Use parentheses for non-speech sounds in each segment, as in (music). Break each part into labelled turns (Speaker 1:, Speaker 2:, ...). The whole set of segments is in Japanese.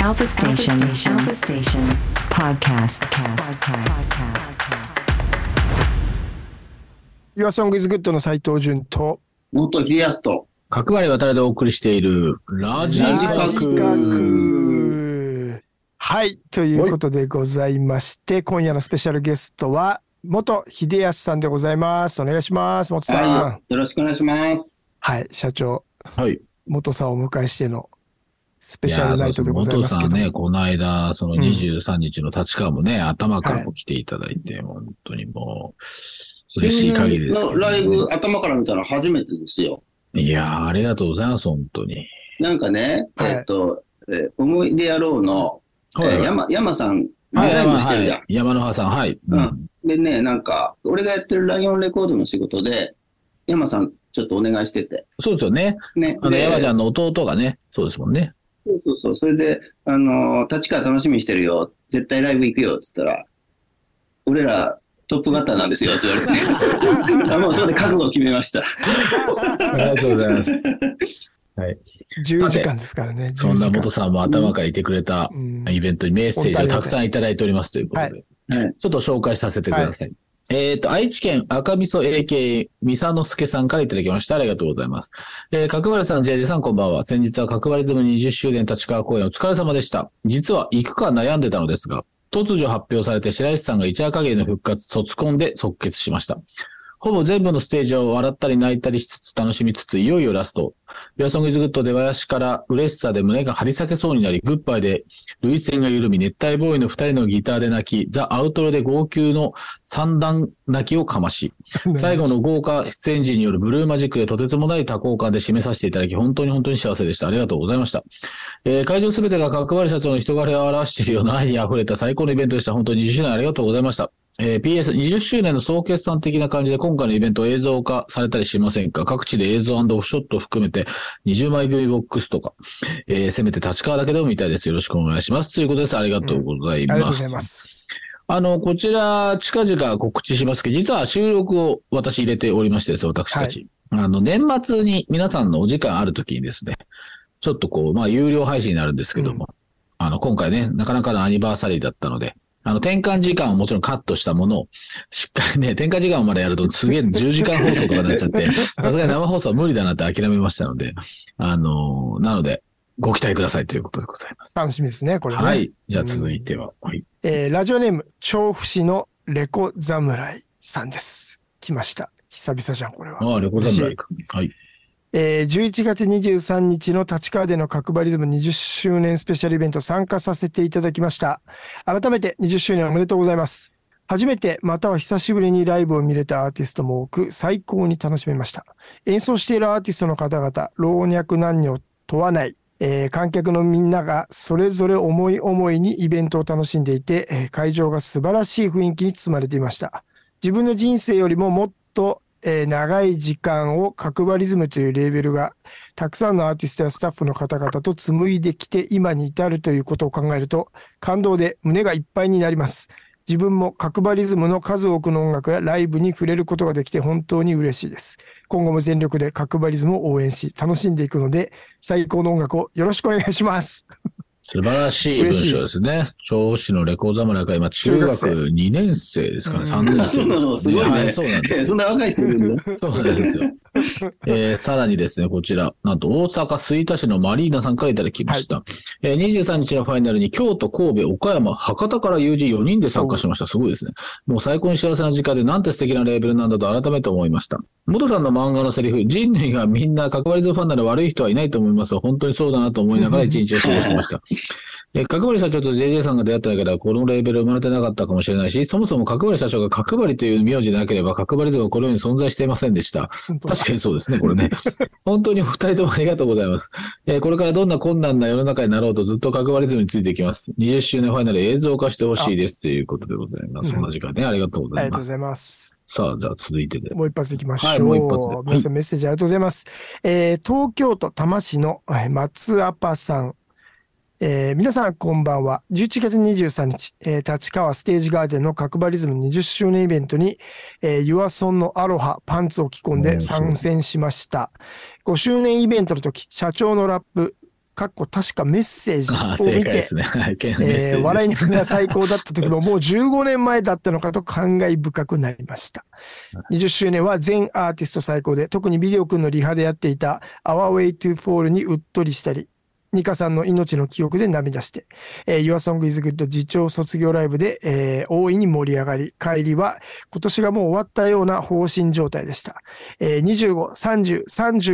Speaker 1: Alpha Station. Alpha Station. Podcast. Podcast.
Speaker 2: 岩ソングイズグッドの斉藤潤と、
Speaker 3: 元秀康と、
Speaker 4: 角割れ渡れでお送りしている、ラジ
Speaker 3: ラジ
Speaker 4: カ
Speaker 3: カ
Speaker 4: ク。
Speaker 2: ク。はい、ということでございまして、今夜のスペシャルゲストは、元秀康さんでございます。お願いします。元さん。は、
Speaker 3: はいい、よろしくお願いします。
Speaker 2: 社長、
Speaker 4: はい。い
Speaker 2: 元さんをお迎えしてのスペシャ
Speaker 4: や
Speaker 2: ル
Speaker 4: ー、
Speaker 2: ナ
Speaker 4: そ
Speaker 2: イ
Speaker 4: う
Speaker 2: ト
Speaker 4: そ
Speaker 2: で
Speaker 4: う、
Speaker 2: ござい
Speaker 4: 元
Speaker 2: ます
Speaker 4: さ
Speaker 2: け
Speaker 4: ん
Speaker 2: ど。
Speaker 4: ね、この間、その
Speaker 2: うん
Speaker 4: 23日の立川もね、頭か
Speaker 2: は
Speaker 4: ら
Speaker 2: い
Speaker 4: も来ていただいて、本当にもう、嬉しい限りですけど
Speaker 3: の
Speaker 4: ね
Speaker 3: ライブ、頭から見たの初めてですよ。
Speaker 4: いやー、ありがとうございます、本当に。
Speaker 3: なんかね、
Speaker 2: はい
Speaker 3: えっと、えー思い出野郎の、えー山山さん、デ
Speaker 4: はい
Speaker 3: ザインもしてるじゃん。
Speaker 4: はい山の葉さん、はい。うん
Speaker 3: うんでね、なんか、俺がやってるライオンレコードの仕事で、山さん、ちょっとお願いしてて。
Speaker 4: そうですよね。
Speaker 3: ね。
Speaker 4: あの、
Speaker 3: で
Speaker 4: 山ちゃんの弟がね、そうですもんね。
Speaker 3: そうそうそう。それで、あのー、立川楽しみにしてるよ。絶対ライブ行くよ。っつったら、俺らトップバッターなんですよ。って言われ
Speaker 4: (laughs)
Speaker 3: て。あもうそれで覚悟を決めました。
Speaker 4: ありがとうございます。
Speaker 2: 10時間ですからね。
Speaker 4: (laughs) そんな
Speaker 2: 10
Speaker 4: 元
Speaker 2: 時
Speaker 4: さんも頭からいてくれ
Speaker 2: 間。
Speaker 4: た
Speaker 2: うん
Speaker 4: イベントにメッセージをたくさんいただいておりますということで、
Speaker 3: はいはい
Speaker 4: ちょっと紹介させてください。えっと、愛知県赤味噌 AK 三佐之助さんからいただきました。ありがとうございます。えー、角割れさん、ジェジさんこんばんは。先日は角割れズム20周年立川公演お疲れ様でした。実は行くか悩んでたのですが、突如発表されて白石さんが一夜限りの復活、卒コンで即決しました。ほぼ全部のステージを笑ったり泣いたりしつつ楽しみつつ、いよいよラスト。ビアソングイズグッド出囃子から嬉しさで胸が張り裂けそうになり、グッバイで涙腺が緩み、熱帯ボーイの二人のギターで泣き、ザ・アウトロで号泣の三段泣きをかまし、最後の豪華出演時によるブルーマジックでとてつもない多幸感で締めさせていただき、本当に本当に幸せでした。ありがとうございました。えー会場すべてが角張り社長の人柄を表しているような愛に溢れた最高のイベントでした。本当に20周年ありがとうございました。えー PS20 周年の総決算的な感じで今回のイベントを映像化されたりしませんか各地で映像オフショットを含めて20枚秒ボックスとか、えーせめて立川だけでも見たいです。よろしくお願いします。ということです。ありがとうござ
Speaker 2: あ
Speaker 4: い
Speaker 2: りがとう
Speaker 4: ま
Speaker 2: ご
Speaker 4: す。
Speaker 2: ざいます。
Speaker 4: あの、こちら、近々告知しますけど、実は収録を私入れておりましてです、私たち。あの、年末に皆さんのお時間あるときにですね、ちょっとこう、まあ、有料配信になるんですけども、あの、今回ね、なかなかのアニバーサリーだったので、あの、転換時間をもちろんカットしたものを、しっかりね、転換時間までやると、すげえ10時間放送とかになっちゃ
Speaker 2: (laughs)
Speaker 4: って、さすがに生放送は無理だなって諦めましたので、あのなので、ご期待くださいということでございます。
Speaker 2: 楽しみですね、これね。
Speaker 4: はい。じゃあ続いては、はい。
Speaker 2: えーラジオネーム、調布市のレコ侍さんです。来ました。久々じゃん、これは。
Speaker 4: ああ、レコーダー行く。はい。
Speaker 2: えー11月23日の立川での角張リズム20周年スペシャルイベント参加させていただきました。改めて20周年おめでとうございます。初めてまたは久しぶりにライブを見れたアーティストも多く最高に楽しめました。演奏しているアーティストの方々、老若男女問わない、えー観客のみんながそれぞれ思い思いにイベントを楽しんでいて、えー会場が素晴らしい雰囲気に包まれていました。自分の人生よりももっと、えー長い時間を角張リズムというレーベルがたくさんのアーティストやスタッフの方々と紡いできて今に至るということを考えると感動で胸がいっぱいになります。自分も角張リズムの数多くの音楽やライブに触れることができて本当に嬉しいです。今後も全力で角張リズムを応援し楽しんでいくので最高の音楽をよろしくお願いします。
Speaker 4: 素晴らしい文章ですね。調布市のレコーザムラが今、中学2年生ですか
Speaker 2: う
Speaker 4: ね、
Speaker 2: ん
Speaker 4: 3年生。
Speaker 3: そうなのすごいね
Speaker 4: はそうなんです
Speaker 3: えそんな若い人いるんだ。
Speaker 4: よ。そうなんですよ。えーさらにですね、こちら、なんと大阪吹田市のマリーナさんからいただきました。えー23日のファイナルに京都、神戸、岡山、博多から友人4人で参加しました。すごいですね。もう最高に幸せな時間でなんて素敵なレーベルなんだと改めて思いました。元さんの漫画のセリフ、人類がみんな角張りズファンなら悪い人はいないと思います。本当にそうだなと思いながら一日を過ごして
Speaker 2: (laughs)
Speaker 4: ました。えー角張り社長と JJ さんが出会っただけでは、このレーベル生まれてなかったかもしれないし、そもそも角張り社長が角張りという名字でなければ、角張り像はこのように存在していませんでした。
Speaker 2: 本当だ
Speaker 4: 確かにそうですね、これ
Speaker 2: (laughs)
Speaker 4: ね。本当にお二人ともありがとうございます。えーこれからどんな困難な世の中になろうとずっと関わりずについていきます。20周年ファイナル映像化してほしいですということでございます。
Speaker 2: うん
Speaker 4: そんな時間ね、ありがとうご
Speaker 2: あ
Speaker 4: ざ
Speaker 2: り
Speaker 4: い
Speaker 2: がとうご
Speaker 4: ます。
Speaker 2: ざいます。
Speaker 4: さあ、じゃあ続いてで。
Speaker 2: もう一発いきましょう。
Speaker 4: はいもう一発で
Speaker 2: 皆さんメッセージありがとうございます。えー東京都多摩市のえー松アパさん。えー皆さんこんばんは。11月23日、えー立川ステージガーデンの角張リズム20周年イベントに、えー、ユアソンのアロハパンツを着込んで参戦しました。5周年イベントの時、社長のラップ、かっこ確かメッセージ
Speaker 4: (laughs) ああ、
Speaker 2: を
Speaker 4: 正
Speaker 2: 見
Speaker 4: 解で
Speaker 2: て
Speaker 4: す、ね。はい。メッセージで
Speaker 2: え
Speaker 4: す (laughs)
Speaker 2: ー笑いに船が最高だった時ももう15年前だったのかと感慨深くなりました。20周年は全アーティスト最高で、特にビデオ君のリハでやっていた Our Way to Fall にうっとりしたり、ニカさんの命の記憶で涙して、えー Your Song is Good 自長卒業ライブで、えー大いに盛り上がり、帰りは今年がもう終わったような方針状態でした。えー25、30、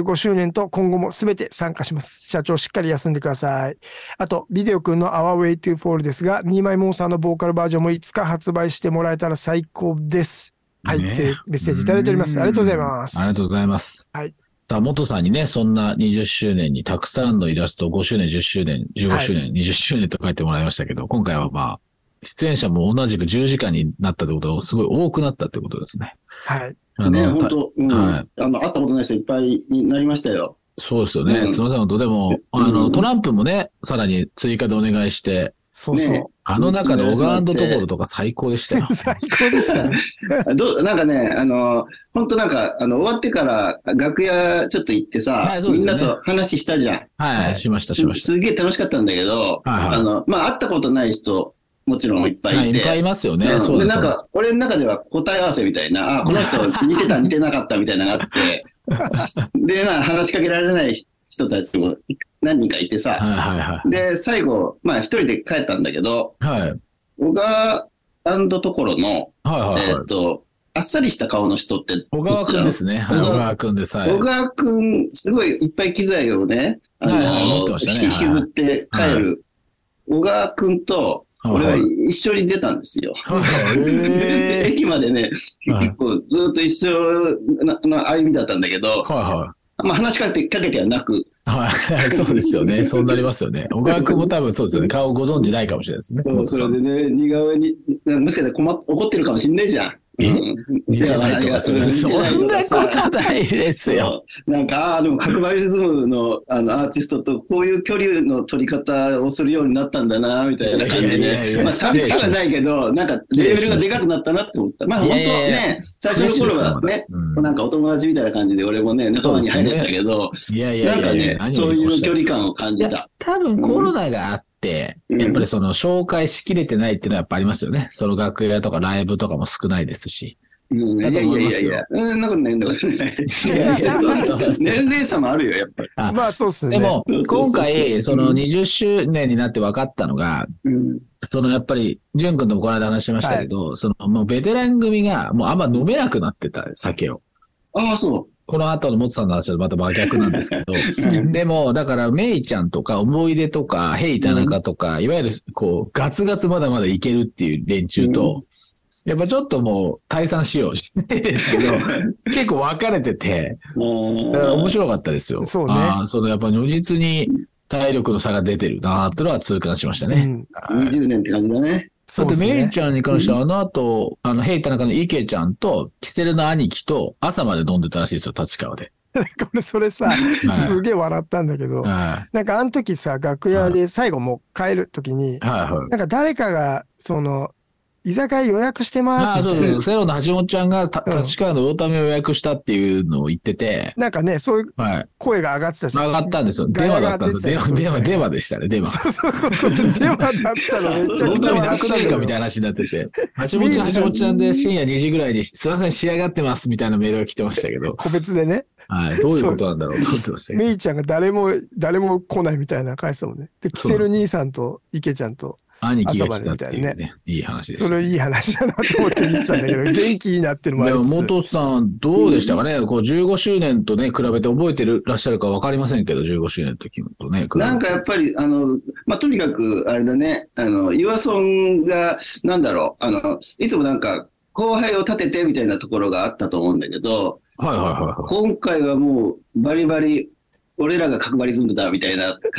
Speaker 2: 35周年と今後も全て参加します。社長しっかり休んでください。あと、ビデオくんの Our Way to Fall ですが、ミーマイモンさんのボーカルバージョンもいつか発売してもらえたら最高です。はい、
Speaker 4: ね
Speaker 2: というメッセージいただいております。ありがとうございます。
Speaker 4: ありがとうございます。
Speaker 2: はい。
Speaker 4: さあ、元さんにね、そんな20周年にたくさんのイラスト、5周年、10周年、15周年、20周年と書いてもらいましたけど、今回はまあ、出演者も同じく10時間になったってことは、すごい多くなったってことですね。
Speaker 2: はい。
Speaker 4: あの
Speaker 3: ね、本
Speaker 4: た
Speaker 3: 当、うん
Speaker 4: はい
Speaker 3: あの、会ったことない人いっぱいになりましたよ。
Speaker 4: そうですよね。
Speaker 3: うん
Speaker 4: すみません、本当でも、あ
Speaker 3: う
Speaker 4: の、
Speaker 3: ん
Speaker 4: トランプもね、さらに追加でお願いして、
Speaker 2: そうそう。
Speaker 3: ね
Speaker 4: あの中で
Speaker 3: うん
Speaker 4: オガーンドところとか最高でし
Speaker 2: (laughs)
Speaker 4: たよ。
Speaker 2: 最高でした
Speaker 4: (laughs)
Speaker 2: ね。
Speaker 3: どうなんかね、あの、本当なんか、あの、終わってから楽屋ちょっと行ってさ、
Speaker 4: はいそうで
Speaker 3: み
Speaker 4: す
Speaker 3: ん
Speaker 4: ね
Speaker 3: なと話したじゃん。
Speaker 4: は
Speaker 2: はい
Speaker 4: い、しました、しますし
Speaker 3: すげえ楽しかったんだけど、
Speaker 4: はいはい
Speaker 3: あの、まあ、会ったことない人、もちろんいっぱ
Speaker 4: た。は
Speaker 3: い
Speaker 4: いい
Speaker 3: いて。
Speaker 4: っぱいいますよね。
Speaker 3: うん
Speaker 4: そうです。
Speaker 3: なん
Speaker 4: そうです
Speaker 3: か、俺の中では答え合わせみたいな、あ、この人似てた似てなかったみたいなのがあっ
Speaker 4: (laughs)
Speaker 3: て、で、まあ、話しかけられない人たちも何人かいてさ、
Speaker 4: はいはいは
Speaker 3: で、最後、まあ、一人で帰ったんだけど、
Speaker 4: い。はい。
Speaker 3: 小川ところの、
Speaker 4: はいはい
Speaker 3: え
Speaker 4: は
Speaker 3: っ
Speaker 4: い。
Speaker 3: と、あっさりした顔の人ってどっちなの、
Speaker 4: 小川くんですね。はい、
Speaker 3: 小
Speaker 4: 小
Speaker 3: 川
Speaker 4: 川くんです。はい。
Speaker 3: 小川くん、すごいいっぱい機材をね、あの、
Speaker 4: はいはい持ってましたね
Speaker 3: 引きずって帰る、小川くんと、俺は一緒に出たんですよ。
Speaker 4: はい
Speaker 3: で (laughs)
Speaker 4: え
Speaker 3: 駅までね、
Speaker 4: はい
Speaker 3: 結構ずっと一緒なの歩みだったんだけど (laughs)
Speaker 4: ー、は
Speaker 3: まあ、話しかけてかけてはなく、
Speaker 4: いはい。はい、そうですよね。そうなりますよね。小川くんも多分そうですよね。顔ご存知ないかもしれないですね。
Speaker 3: そうそれでね、似顔絵に、もしかしたら困っ怒ってるかもしんないじゃん。
Speaker 4: え
Speaker 3: うん
Speaker 4: 似てないとか、そういうそんなことないですよ。
Speaker 3: そうなんか、ああ、でも、角張リズムのあのアーティストと、こういう距離の取り方をするようになったんだな、みたいな感じ
Speaker 4: いやいやいやいや
Speaker 3: で、まあ、寂しくはないけど、なんか、レーベルがでかくなったなって思った。まあ、本当
Speaker 4: いやいやい
Speaker 3: ね、最初の頃はね、
Speaker 4: うん
Speaker 3: なんかお友達みたいな感じで、俺もね、仲間に入れてたけど、
Speaker 4: いやい
Speaker 3: な
Speaker 4: や
Speaker 3: ん
Speaker 4: い
Speaker 3: か
Speaker 4: やい
Speaker 3: ね
Speaker 4: や、何を
Speaker 3: そう
Speaker 4: 言
Speaker 3: い
Speaker 4: おうと
Speaker 3: う
Speaker 4: して
Speaker 3: 距
Speaker 4: る
Speaker 3: 離感を感じ
Speaker 4: いや
Speaker 3: た。
Speaker 4: 多分コロナがあっ
Speaker 3: うん
Speaker 4: て、やっぱりその紹介しきれてないっていうのはやっぱありますよね。その楽屋とかライブとかも少ないですし。
Speaker 3: うんいやい
Speaker 4: だと
Speaker 3: や
Speaker 4: 思い
Speaker 3: い
Speaker 4: ま
Speaker 3: やい
Speaker 4: すよ
Speaker 3: や、そんなことないんだこと
Speaker 4: (laughs)
Speaker 3: ない。
Speaker 4: いやいやそんなことないですよ
Speaker 3: 年齢差もあるよ、やっぱり。
Speaker 4: あ
Speaker 2: まあそうですね。
Speaker 4: でも
Speaker 3: そうそう、そうそう
Speaker 4: 今回、その
Speaker 3: うん
Speaker 4: 20周年になって分かったのが、
Speaker 3: うん
Speaker 4: そのやっぱり、淳君ともこの間話しましたけど、そのもうベテラン組がもうあんま飲めなくなってた、酒を。
Speaker 3: ああ、そ
Speaker 4: この後の元さんの話はまた真逆なんですけ
Speaker 2: (laughs)
Speaker 4: ど、
Speaker 3: う。うん
Speaker 4: でも、だから、メイちゃんとか、思い出とか、ヘイ田中とか、いわゆる、こう、ガツガツまだまだいけるっていう連中と、やっぱちょっともう、退散しようしないで
Speaker 2: (laughs)
Speaker 4: すけど、結構分かれてて、だから面白かったですよ。
Speaker 2: そうね
Speaker 4: ああそのやっぱ如実に体力の差が出てるなーってのは痛感しました
Speaker 2: う
Speaker 4: ね。
Speaker 2: ん、
Speaker 4: はい
Speaker 3: 20年って感じだね。
Speaker 2: そうで
Speaker 4: だっ
Speaker 2: す
Speaker 4: てメイ
Speaker 2: ね。
Speaker 4: ちゃんに関しては、あの後、あの、ヘイ田中の池ちゃんと、キセルの兄貴と、朝まで飲んでたらしいですよ、立川で。
Speaker 2: これそれ (laughs) さ、
Speaker 4: はい
Speaker 2: すげえ笑ったんだけど、
Speaker 4: はい
Speaker 2: なんかあの時さ、楽屋で最後もう帰る時に、
Speaker 4: はいはい。
Speaker 2: なんか誰かが、その、居酒屋予約してます
Speaker 4: ああ、
Speaker 2: み
Speaker 4: そ
Speaker 2: た
Speaker 4: う
Speaker 2: いな
Speaker 4: そう、セロの橋本ちゃんがた
Speaker 2: うん
Speaker 4: 立川の魚民を予約したっていうのを言ってて、
Speaker 2: なんかね、そういう
Speaker 4: はい。
Speaker 2: 声が上がってたじゃん。
Speaker 4: 上がったんですよ。
Speaker 2: ガ
Speaker 4: 電
Speaker 2: ヤ
Speaker 4: 話だ
Speaker 2: が
Speaker 4: ったんですよ。電話、電話、電話でしたね、電話。
Speaker 2: そうそうそうそう。電話だった
Speaker 4: (laughs)
Speaker 2: らめちゃ
Speaker 4: 本
Speaker 2: くち
Speaker 4: 当
Speaker 2: ゃ
Speaker 4: に
Speaker 2: 笑
Speaker 4: な
Speaker 2: った
Speaker 4: く
Speaker 2: んだ
Speaker 4: な
Speaker 2: け
Speaker 4: る
Speaker 2: ど
Speaker 4: かみたいな話になってて、橋本ちゃん、橋本ちゃんで深夜2時ぐらいに、すいません、仕上がってますみたいなメールが来てましたけど、
Speaker 2: 個別でね、
Speaker 4: はい。どういうことなんだろうと思ってましたけど。
Speaker 2: メイちゃんが誰も、誰も来ないみたいな返したもんね。で、キセル兄さんとイケちゃんと、
Speaker 4: 兄貴が来たっていうね、いい話でし
Speaker 2: そ
Speaker 4: た。
Speaker 2: れいい話だなと思って見てたん
Speaker 4: (laughs)
Speaker 2: だけど、元気いいなっていうのもあ
Speaker 4: で
Speaker 2: り
Speaker 4: も、
Speaker 2: つつ
Speaker 4: 元さん、どうでしたかね、こう、15周年とね、比べて覚えてるらっしゃるかわかりませんけど、15周年の時とね、比べて
Speaker 3: なんかやっぱり、あの、まあ、とにかく、あれだね、あの、ユアソンが、なんだろう、あの、いつもなんか、後輩を立ててみたいなところがあったと思うんだけど、
Speaker 4: はいはいはいはい。
Speaker 3: 今回はもう、バリバリ、俺らが角張りズムだ、みたいな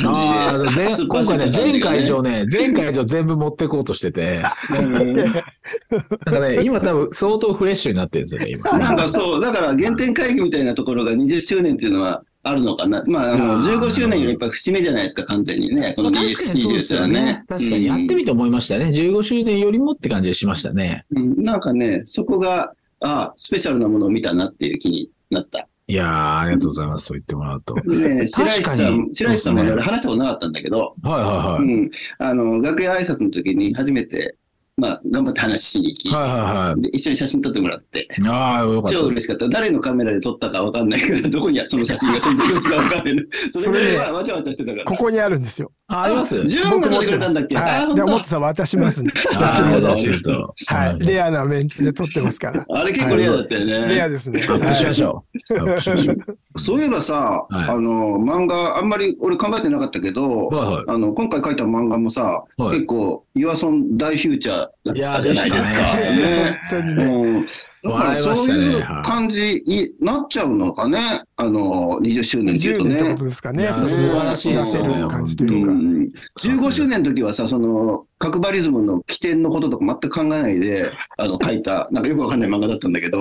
Speaker 3: 感じで。突っ走ってたんだけ
Speaker 4: ああ前今回ね、
Speaker 3: ど
Speaker 4: 全会場ね、全会場全部持ってこうとしてて、
Speaker 3: うん
Speaker 4: なんかね、今多分相当フレッシュになってるんですよね、今。
Speaker 3: なんかそう、だから原点回帰みたいなところが20周年っていうのはあるのかな。まあ、あ
Speaker 4: あ
Speaker 3: の
Speaker 4: ー
Speaker 3: 15周年よりやっぱ節目じゃないですか、完全にね。こ
Speaker 4: ま
Speaker 3: の
Speaker 4: あ
Speaker 3: 20,
Speaker 4: 確かにそうですよね。
Speaker 3: 20
Speaker 4: 確かにやってみて思いましたね。15周年よりもって感じしましたね。
Speaker 3: うん、なんかね、そこが、ああスペシャルなものを見たなっていう気になった。
Speaker 4: いやー、ありがとうございます。そう言ってもらうと。はい
Speaker 3: ね、白石さ
Speaker 4: 確か
Speaker 3: ん、
Speaker 4: に
Speaker 3: 白石さんも
Speaker 4: そうですね
Speaker 3: ね俺話したことなかったんだけど、
Speaker 4: は
Speaker 3: う
Speaker 4: い
Speaker 3: ん、あの楽屋挨拶の時に初めて、まあ、頑張って話しに行き、
Speaker 4: はい。はいはいは
Speaker 3: で一緒に写真撮ってもらって、
Speaker 4: い。ああ、よかった
Speaker 3: 超
Speaker 4: で
Speaker 3: 嬉し
Speaker 4: す。
Speaker 3: かった。誰のカメラで撮ったかわかんないから、どこにその写真が、その時がわかん
Speaker 4: (laughs)
Speaker 3: ない。それで、まあ、わちゃわちゃしてたから。
Speaker 2: ここにあるんですよ。
Speaker 4: あ、あります
Speaker 3: ジューンが撮ってくれたんだっけ、あ
Speaker 2: はい。
Speaker 3: 本
Speaker 2: で、
Speaker 3: 当
Speaker 2: 思ってた渡し
Speaker 4: (laughs)
Speaker 2: ますんで。
Speaker 4: あ
Speaker 2: 後ほど
Speaker 4: ーちょっと
Speaker 2: はい。レアなメンツで撮ってますから。
Speaker 3: あれ結構レアだったよね。
Speaker 2: レアですね。
Speaker 4: アップしましょう。アップしましょ
Speaker 3: そういえばさ、
Speaker 4: はい
Speaker 3: あの、漫画、あんまり俺考えてなかったけど、
Speaker 4: う。はい
Speaker 3: あの今回書いた漫画もさ、
Speaker 4: はい
Speaker 3: 結構、岩村大フューチャーだったじゃないですか。
Speaker 4: いや
Speaker 2: はい
Speaker 4: ー
Speaker 3: ね
Speaker 2: 本当にね。
Speaker 3: うんだから
Speaker 4: 笑いま
Speaker 3: そう
Speaker 4: したね
Speaker 3: いう感じになっちゃうのかね、あの20周年っていう
Speaker 2: 10年って
Speaker 3: と
Speaker 2: こ
Speaker 3: ね
Speaker 2: と。ですか
Speaker 4: い
Speaker 2: ね。
Speaker 4: や
Speaker 2: そう
Speaker 3: 素晴らしいで
Speaker 2: 出
Speaker 3: す
Speaker 2: せ
Speaker 3: よね
Speaker 2: る感じと
Speaker 3: う、
Speaker 2: いうん
Speaker 4: そうそう
Speaker 3: 15周年の時はさ、その角張リズムの起点のこととか全く考えないであの書いた、なんかよくわかんない漫画だったんだけど、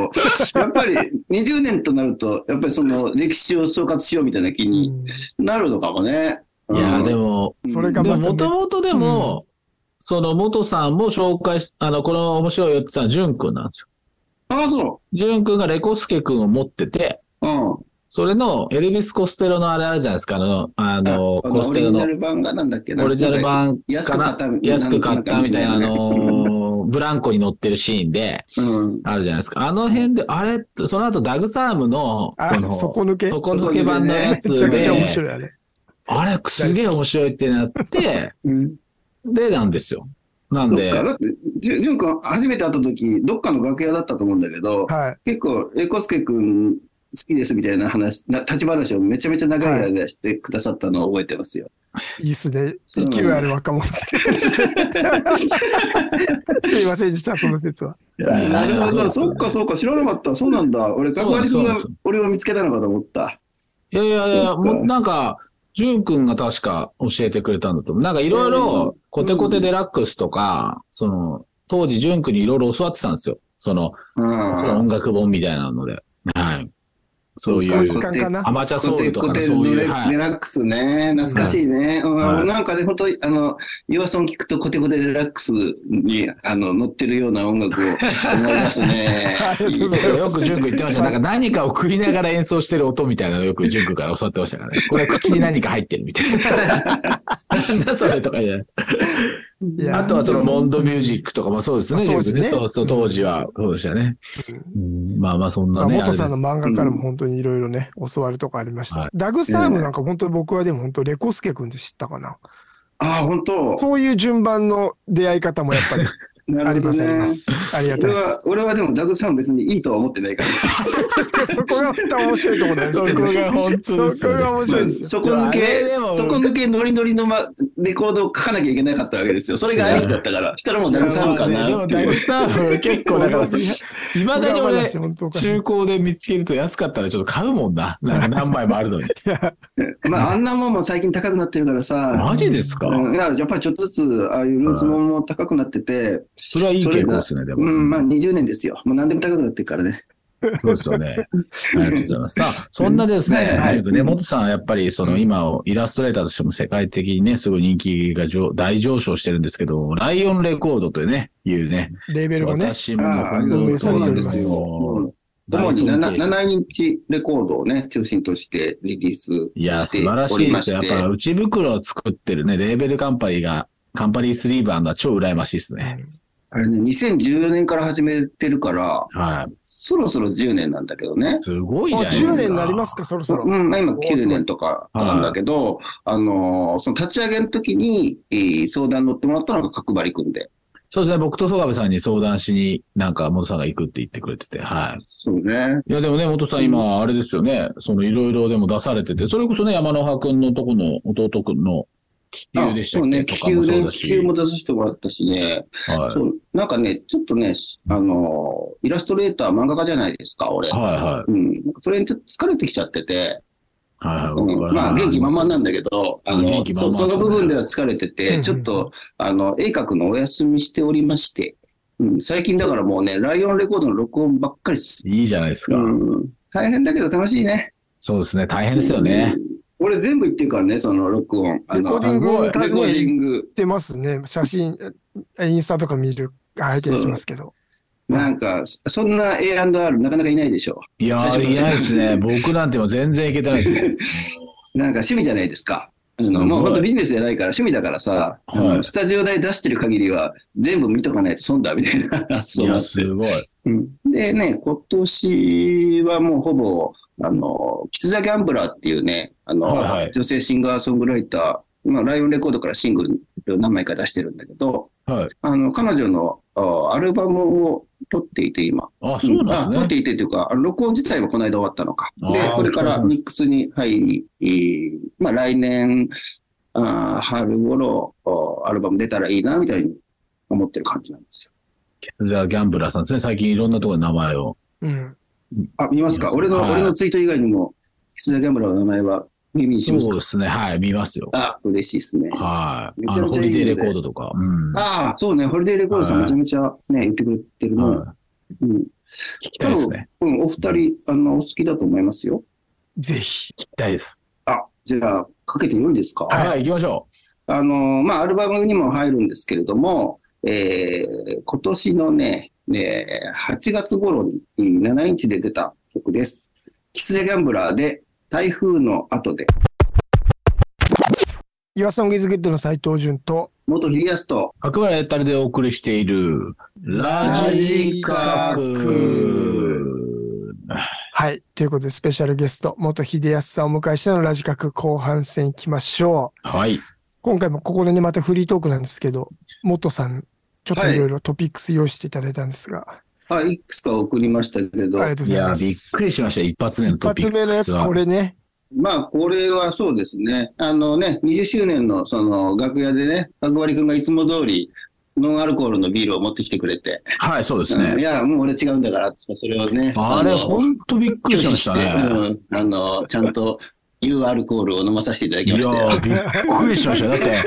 Speaker 3: やっぱり20年となると、やっぱりその歴史を総括しようみたいな気
Speaker 2: か。
Speaker 3: になるのかもね。
Speaker 4: いやーで
Speaker 3: も、
Speaker 4: も、
Speaker 3: うん
Speaker 2: それが
Speaker 4: でも、
Speaker 2: また
Speaker 4: もともとでも、その、元さんも紹介し、あの、この面白いよって言ったのは、淳くんなんですよ。
Speaker 3: ああ、そ
Speaker 4: 淳くんがレコスケくんを持ってて、
Speaker 3: う。うん。
Speaker 4: それの、エルビス・コステロのあれあるじゃないですか、あの、あの、
Speaker 3: あの
Speaker 4: コステロの
Speaker 3: オリジナル版がなんだっけな
Speaker 4: オリジナル版
Speaker 3: 安
Speaker 4: か
Speaker 3: く買っ
Speaker 4: な
Speaker 3: たみたいな
Speaker 4: 安く買ったみたいな、あ
Speaker 3: なんかみたいなね
Speaker 4: のー、ブランコに乗ってるシーンで、
Speaker 3: うん。
Speaker 4: あるじゃないですか。あの辺で、あれ、その後、ダグサームの、
Speaker 2: あ、
Speaker 4: の、
Speaker 2: 底抜け。
Speaker 4: 底抜け版のや
Speaker 2: め
Speaker 4: つ
Speaker 2: ちゃくちゃ面
Speaker 4: で、
Speaker 2: 白いあれ。
Speaker 4: あれ、すげえ面白いって
Speaker 3: (laughs)
Speaker 4: なって、
Speaker 3: うん、
Speaker 4: で、なんですよ。な
Speaker 3: そ
Speaker 4: ん
Speaker 3: っ
Speaker 4: で、
Speaker 3: か。だって、じゅんくん、初めて会った時、どっかの楽屋だったと思うんだけど、
Speaker 2: はい。
Speaker 3: 結構、えこすけくん好きですみたいな話、な立ち話をめちゃめちゃ長い間してくださったのを覚えてますよ。
Speaker 2: いいっすね。
Speaker 3: そう
Speaker 2: 勢いある若者。すいませんでした、その説は。
Speaker 4: はい
Speaker 3: なるほ
Speaker 4: は
Speaker 3: ど、
Speaker 4: い
Speaker 3: そっかそっか、知らなかった。そうなんだ。俺、か
Speaker 4: そう
Speaker 3: く
Speaker 4: なん
Speaker 3: り
Speaker 4: です
Speaker 3: くん
Speaker 4: そうなん
Speaker 3: が
Speaker 4: です
Speaker 3: 俺を見つけたのかと思った。
Speaker 4: いやいやい
Speaker 3: そ
Speaker 4: や、
Speaker 3: っか
Speaker 4: もうなんか、ジュン君が確か教えてくれたんだと思う。なんかいろいろ、コテコテデラックスとか、その、当時ジュン君にいろいろ教わってたんですよ。その、
Speaker 3: うん。
Speaker 4: 音楽本みたいなので。はい。そうい
Speaker 3: そう
Speaker 4: う
Speaker 3: か、
Speaker 2: 感かな。。
Speaker 4: アマチュアソウルとか
Speaker 3: コ
Speaker 4: ね
Speaker 3: テ
Speaker 4: そう
Speaker 3: コテ
Speaker 4: い
Speaker 3: デ
Speaker 4: う、はい。
Speaker 3: ラックスね、懐かしいね。うん
Speaker 4: はい
Speaker 3: なんかね、本当にあの、岩村聞くとコテコテデラックスにあの乗ってるような音楽を思い出すね
Speaker 2: ありがとうございます
Speaker 4: よくジュン君言ってました。なんか何かを食いながら演奏してる音みたいなのをよくジュン君から教わってましたからね。これ口に何か入ってるみたい
Speaker 3: (laughs)
Speaker 4: な。なんだそれとかじゃない
Speaker 2: いや
Speaker 4: あとはそのモンドミュージックとかもそうですね。
Speaker 2: 当時ね
Speaker 4: 自分そうそう当時はそうでしたね。うんまあまあそん
Speaker 2: ま
Speaker 4: な
Speaker 2: あ、
Speaker 4: ね。
Speaker 2: 元さんの
Speaker 4: あ
Speaker 2: 漫画からも本当にいろいろね、教わるとかありました。
Speaker 4: はい
Speaker 2: ダグサームなんか本当に僕はでも本当レコスケ君で知ったかな。
Speaker 3: ああ、本当。
Speaker 2: そういう順番の出会い方もやっぱり
Speaker 3: な
Speaker 2: あり
Speaker 3: るほ
Speaker 2: ま
Speaker 3: ど
Speaker 2: す、あり
Speaker 3: ね
Speaker 2: ま。す。ありがた
Speaker 3: 俺
Speaker 2: いです
Speaker 3: は、俺はでも、ダグさんは別にいいとは思ってないか
Speaker 2: (laughs)
Speaker 3: ら。
Speaker 2: そこがまた面白いところなんですけど、
Speaker 4: そこが本当です
Speaker 2: (laughs) そこ
Speaker 4: よね
Speaker 2: が面白いんですよ。
Speaker 3: そこ抜
Speaker 4: いやあれ
Speaker 3: け
Speaker 4: でも、
Speaker 3: そこ抜けノリノリの、ま、レコードを書かなきゃいけなかったわけですよ。それがありだったから。したらもうダグさんかな
Speaker 4: でも
Speaker 3: って
Speaker 4: だい
Speaker 3: い
Speaker 4: ぶ
Speaker 3: う。
Speaker 4: サーフ結構だから、
Speaker 2: (laughs)
Speaker 4: いまだに
Speaker 2: 裏
Speaker 4: 俺
Speaker 2: 話、本当おかしい
Speaker 4: 中古で見つけると安かったらちょっと買うもんな。なんか何枚もあるのに。
Speaker 3: まあ、あんなもんも最近高くなってるから
Speaker 4: (laughs)
Speaker 3: さ。
Speaker 4: マジですか
Speaker 3: うん、だからやっぱりちょっとずつ、ああいうルーツもんも高くなってて、
Speaker 4: それはいい傾向ですね、で
Speaker 3: う
Speaker 4: も。
Speaker 3: ん、まあ20年ですよ。もう何でも高くなってるからね。
Speaker 4: そうですよね。ありがとうございます。さあ、そんなです
Speaker 3: はい
Speaker 4: ね、
Speaker 3: はい
Speaker 4: ジュン君ね、元さんはやっぱりその今をイラストレーターとしても世界的にね、すごい人気が上大上昇してるんですけど、ライオンレコードというね、いうね、
Speaker 2: (laughs) レーベルもね、
Speaker 4: 私も
Speaker 3: ああ
Speaker 4: 本当に
Speaker 2: そうなんですよ
Speaker 3: うん主に 7, 7インチレコードをね、中心としてリリースしておりまして。
Speaker 4: いや、素晴らしいですよ。やっぱ、内袋を作ってるね、レーベルカンパニーが、カンパニースリーバーのは超羨ましいですね。
Speaker 3: あれね、2014年から始めてるから、
Speaker 4: は
Speaker 3: そろそろ10年なんだけどね
Speaker 4: い。。すごいじ
Speaker 2: も
Speaker 4: ゃ
Speaker 2: う
Speaker 4: ないですか。
Speaker 2: 10年になりますか、そろそろ。
Speaker 3: うん、今
Speaker 2: おーす
Speaker 3: 9
Speaker 2: ごい
Speaker 3: 年とかなんだけど、あのーその立ち上げの時に、えー相談乗ってもらったのが角張りくんで。
Speaker 4: そうですね、僕と曽我部さんに相談しに、なんか、元さんが行くって言ってくれてて、はい。
Speaker 3: そうね。
Speaker 4: いや、でもね、元さん、今、あれですよね、その、いろいろでも出されてて、それこそね、山の葉くんのとこの弟くんの気球でした
Speaker 3: あそ
Speaker 4: っ
Speaker 3: う
Speaker 4: け
Speaker 3: ね、
Speaker 4: と
Speaker 3: 気
Speaker 4: かも
Speaker 3: 球
Speaker 4: そう
Speaker 3: で、
Speaker 4: だ
Speaker 3: 気
Speaker 4: し、
Speaker 3: 球も出させてもらったしね、
Speaker 4: はい。
Speaker 3: そうなんかね、ちょっとね、あのーイラストレーター、漫画家じゃないですか、俺。
Speaker 4: はいはい。
Speaker 3: うん、それにちょっと疲れてきちゃってて、
Speaker 4: はいはい
Speaker 3: うん、まあ元気満々なんだけど、あの
Speaker 4: 元気満
Speaker 3: そ
Speaker 4: 々
Speaker 3: その部分では疲れて
Speaker 2: うんう
Speaker 3: て、
Speaker 2: ん
Speaker 3: ちょっとあの鋭角のお休みしておりまして、うん、最近だからもうね、ライオンレコードの録音ばっかりです。
Speaker 4: いいじゃないです
Speaker 3: う
Speaker 4: か。
Speaker 3: ん、大変だけど楽しいね。
Speaker 4: そうですね、大変ですよね。
Speaker 3: うん俺全部言ってるからね、その録音。あ
Speaker 2: レコー
Speaker 3: の
Speaker 2: ディング
Speaker 3: あのレコーディング
Speaker 2: 言っ。てますね。写真、インスタとか見る、あ相手にしますけど。
Speaker 3: なんか、そんな A&R なかなかいないでしょ
Speaker 4: いや
Speaker 3: 久しぶ
Speaker 4: ー、
Speaker 3: り
Speaker 4: いないですね。僕なんてもう全然いけてないですね。
Speaker 3: う。なんか趣味じゃないですか。あの
Speaker 4: すごい
Speaker 3: もう本当ビジネスじゃないから趣味だからさ、あの
Speaker 4: はい
Speaker 3: スタジオ代出してる限りは全部見とかないと損だみたいな。
Speaker 4: い
Speaker 3: そうな
Speaker 4: や、
Speaker 3: って
Speaker 4: すごい。
Speaker 3: うんでね、今年はもうほぼ、あの、キツザ・ギャンブラーっていうね、あの、
Speaker 4: はいはい
Speaker 3: 女性シンガーソングライター、まあ、ライオンレコードからシングルを何枚か出してるんだけど、
Speaker 4: はい。
Speaker 3: あの、彼女のあアルバムを撮っていて今。
Speaker 4: あ、そうなん
Speaker 3: あ撮っ
Speaker 4: です
Speaker 3: て
Speaker 4: ね。
Speaker 3: いてというか、あの録音自体はこの間終わったのか。
Speaker 4: あ
Speaker 3: で
Speaker 4: ー、
Speaker 3: これか
Speaker 4: お疲れ
Speaker 3: ら
Speaker 4: 様
Speaker 3: ミックスに入り、えーまあ来年、あー春頃、おアルバム出たらいいな、みたいに思ってる感じなんですよ。
Speaker 4: じゃあ、ギャンブラーさんですね。最近いろんなところに名前を。
Speaker 2: うん。
Speaker 3: あ、見ますか俺の、
Speaker 4: はい
Speaker 3: 俺のツイート以外にも、キスザギャンブラーの名前は耳にします
Speaker 4: そう
Speaker 3: か
Speaker 4: ですね。はい、見ますよ。
Speaker 3: あ、嬉しいですね。
Speaker 4: はい。
Speaker 3: めち
Speaker 4: あ
Speaker 3: ゃ
Speaker 4: の、
Speaker 3: めち
Speaker 4: ホ
Speaker 3: ゃいい
Speaker 4: リ
Speaker 3: ので
Speaker 4: デーレコードとか。うん。は
Speaker 3: ああ、そうね、ホリデーレコードさん
Speaker 4: はい
Speaker 3: めちゃめちゃね、言ってくれてる
Speaker 4: い
Speaker 3: ね。うん。
Speaker 4: 聞きたいですね。
Speaker 3: 多分うん、お二人、あの、お好きだと思いますよ。
Speaker 2: ぜひ。
Speaker 4: 聞きたいです。
Speaker 3: あ、じゃあ、かけてよいですか
Speaker 4: はい、行きましょ
Speaker 3: あの、まあ、アルバムにも入るんですけれども、えー今年のね、えー8月頃に7インチで出た曲です。キス・ジャ・ギャンブラーで、台風の後で、
Speaker 2: Your Song is Good の斉藤潤と、
Speaker 3: 元ヒリアスと、
Speaker 4: う。角原エッタルでお送りしている、ラジカク。
Speaker 2: はい。ということで、スペシャルゲスト、元秀康さんをお迎えしてのラジカク後半戦行きましょう。
Speaker 4: はい。
Speaker 2: 今回もここでね、またフリートークなんですけど、元さん、ちょっといろいろトピックス用意していただいたんですが、
Speaker 3: あ、いくつか送りましたけれど、
Speaker 2: ありがとうご
Speaker 4: い
Speaker 2: ざい
Speaker 4: や
Speaker 2: ま
Speaker 4: ー、びっ
Speaker 2: す。
Speaker 4: くりしました。一発目の
Speaker 2: 一
Speaker 4: トピ
Speaker 2: 発
Speaker 4: ックスは。
Speaker 2: 目のやつ、これね。
Speaker 3: まあ、これはそうですね。あのね、20周年のその楽屋でね、角割くんがいつも通り、ノンアルコールのビールを持ってきてくれて、
Speaker 4: はい、そうです
Speaker 3: うんい
Speaker 4: ね。
Speaker 3: や、もう俺違うんだから、それをね、
Speaker 4: あれ、
Speaker 3: の
Speaker 4: ほんとびっくりしましたね。
Speaker 3: うんあの、ちゃんと、有アルコールを飲まさせていただ
Speaker 4: い
Speaker 3: き
Speaker 4: や
Speaker 3: ましたよ
Speaker 4: ー、びっくりしましたよ。だって、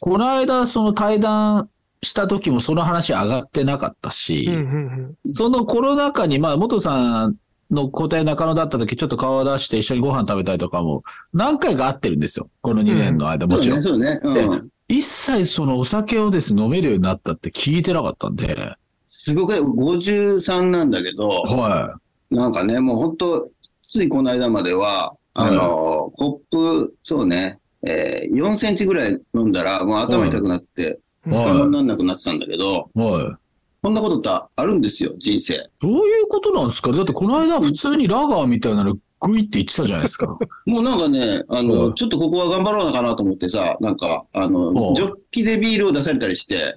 Speaker 4: この間、その対談した時もその話上がってなかったし、
Speaker 2: (laughs) うんうん
Speaker 4: そのコロナ禍に、まあ、元さんの答え中野だった時、ちょっと顔を出して一緒にご飯食べたりとかも、何回か会ってるんですよ。この2年の間、もちろん。
Speaker 3: そうね、そうね。うん。
Speaker 4: 一切そのお酒をですね、飲めるようになったって聞いてなかったんで、
Speaker 3: すごく、53なんだけど、
Speaker 4: は
Speaker 3: なんかね、もう本当、ついこの間までは、あの、コップ、そうね、えー4センチぐらい飲んだら、もう頭痛くなって、
Speaker 2: うん
Speaker 4: はい
Speaker 3: 使い物にならなくなってたんだけど、
Speaker 4: い。はい。
Speaker 3: こんなことってあるんですよ、人生。
Speaker 4: どういうことなんですかだってこの間普通にラガーみたいなのグイって言ってたじゃないですか。
Speaker 3: もうなんかね、あ
Speaker 4: う
Speaker 3: の、
Speaker 4: ん
Speaker 3: ちょっとここは頑張ろうかなと思ってさ、なんか、あ
Speaker 4: う
Speaker 3: の、
Speaker 4: ん
Speaker 3: ジョッキでビールを出されたりして、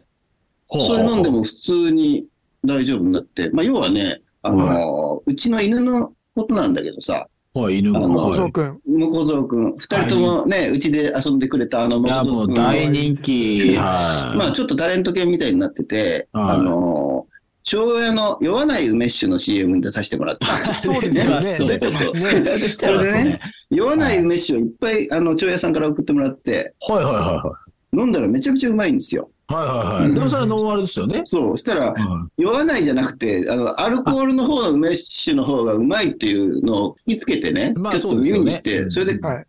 Speaker 3: それ飲んで
Speaker 4: は
Speaker 3: も普通に大丈夫になって、まあ、要はね、あの、うちの犬のことなんだけどさ、
Speaker 4: あはあはい、犬が。
Speaker 3: あの
Speaker 2: 小
Speaker 4: は
Speaker 2: 僧
Speaker 4: い
Speaker 2: くん。
Speaker 3: 向蔵くん、二人ともね、うちで遊んでくれたあの、
Speaker 4: いや、も
Speaker 3: 向蔵君
Speaker 4: う大人気。はい。
Speaker 3: まあ、ちょっとタレント犬みたいになってて、
Speaker 4: はい
Speaker 3: あの、昭和の酔わない梅酒の CM に出させてもらって、
Speaker 2: そうですよね。
Speaker 4: (laughs) そう
Speaker 2: 出
Speaker 4: そう
Speaker 2: てま
Speaker 3: (laughs) そう
Speaker 2: すね。
Speaker 3: それでね、酔わない梅酒をいっぱい、あの、長屋さんから送ってもらって、
Speaker 4: はいはいはいはい。
Speaker 3: 飲んだらめちゃめちゃうまいんですよ。
Speaker 4: はいはいはい。でもそれはノンアルですよね。
Speaker 3: そう、したら、酔わないじゃなくて、あの、アルコールの方の梅酒の方がうまいっていうのを聞きつけてね、
Speaker 4: まあ
Speaker 3: ちょっと
Speaker 4: そうですよ
Speaker 3: 耳
Speaker 4: ね
Speaker 3: にして、
Speaker 4: うん
Speaker 3: それで、
Speaker 2: はい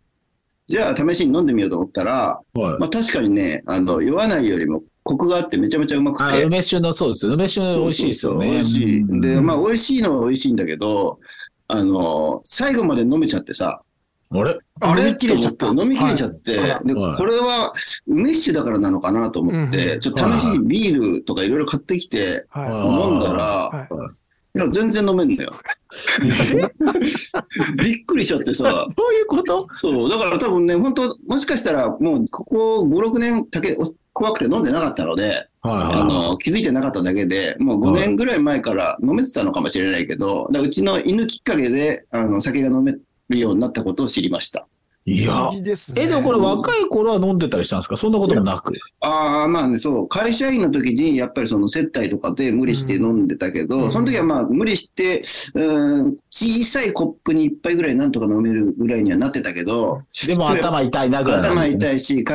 Speaker 3: じゃあ試しに飲んでみようと思ったら、
Speaker 4: うんはい
Speaker 3: まあ確かにね、あの、酔わないよりもコクがあってめちゃめちゃうまく
Speaker 4: あ、
Speaker 3: て。
Speaker 4: 梅酒の、そうです。梅酒美味しいですよね。
Speaker 3: 美味し
Speaker 4: う
Speaker 3: い。
Speaker 4: ん
Speaker 3: で、まあ美味しいのは美味しいんだけど、あの、最後まで飲めちゃってさ、
Speaker 4: (laughs) あれ (laughs)
Speaker 2: あ飲み切れちゃった
Speaker 3: と思て飲み切れちゃって、
Speaker 2: はいあ
Speaker 3: で、
Speaker 4: はい
Speaker 3: これは梅酒だからなのかなと思って、
Speaker 2: うん
Speaker 3: ちょっと試しにビールとかいろいろ買ってきて、
Speaker 2: は
Speaker 4: あー
Speaker 3: 飲んだら、
Speaker 2: はい
Speaker 3: や全然飲めんのよ。 (laughs) びっくりしちゃっ
Speaker 2: (laughs)
Speaker 3: てさ、
Speaker 4: どういうこと
Speaker 3: そう、だから多分ね、本当もしかしたらもうここ5、6年酒お怖くて飲んでなかったので、
Speaker 4: はいはい
Speaker 3: あ
Speaker 4: は
Speaker 3: の気づいてなかっただけで、もう5年ぐらい前から飲めてたのかもしれないけど、だからうちの犬きっかけであの酒が飲めるようになったことを知りました。
Speaker 4: い。い
Speaker 2: い。不
Speaker 4: や
Speaker 2: 思。議ですね。
Speaker 4: え、でもこれ若い頃は飲んでたりしたんですかそんなこともなく。
Speaker 3: ああ、まあね、そう、会社員の時に、やっぱりその接待とかで無理して飲んでたけ
Speaker 2: うん
Speaker 3: ど、
Speaker 2: うん
Speaker 3: その時はまあ、無理して、うん、小さいコップに一杯ぐらいなんとか飲めるぐらいにはなってたけど、
Speaker 4: でも頭痛いなぐらいなん
Speaker 3: 頭
Speaker 4: ですね。
Speaker 3: 痛いし、帰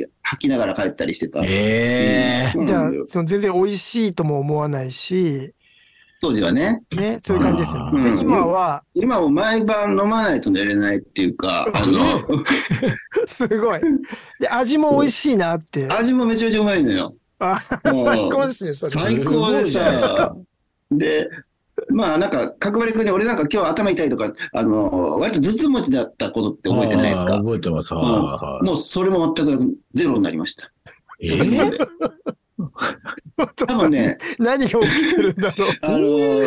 Speaker 3: り吐きながら帰ったりしてた。
Speaker 4: ええ
Speaker 3: うん
Speaker 2: じゃあ
Speaker 3: そうなんだよ、
Speaker 2: その全然美味しいとも思わないし、
Speaker 3: 当時はね。
Speaker 2: ね、そういう感じですよね。
Speaker 3: うん
Speaker 2: で今は、 (laughs)
Speaker 3: 今も毎晩飲まないと寝れないっていうか、あの、 (laughs)
Speaker 2: すごい。で、味も美味しいなって。
Speaker 3: 味もめちゃめちゃうまいのよ。
Speaker 2: あ
Speaker 3: もう
Speaker 2: 最高ですね、それ。
Speaker 3: 最高で
Speaker 4: ごいじゃないです
Speaker 3: さ、で、まあなんか、角張り君に俺なんか今日頭痛いとか、あの、割と頭痛持ちだったことって覚えてないです
Speaker 4: あー
Speaker 3: か
Speaker 4: 覚えてます。はいは
Speaker 3: もうそれも全くゼロになりました。
Speaker 4: い
Speaker 3: その
Speaker 4: え
Speaker 3: 中で多分ね、
Speaker 2: 何が起きてるんだろう。
Speaker 3: あの、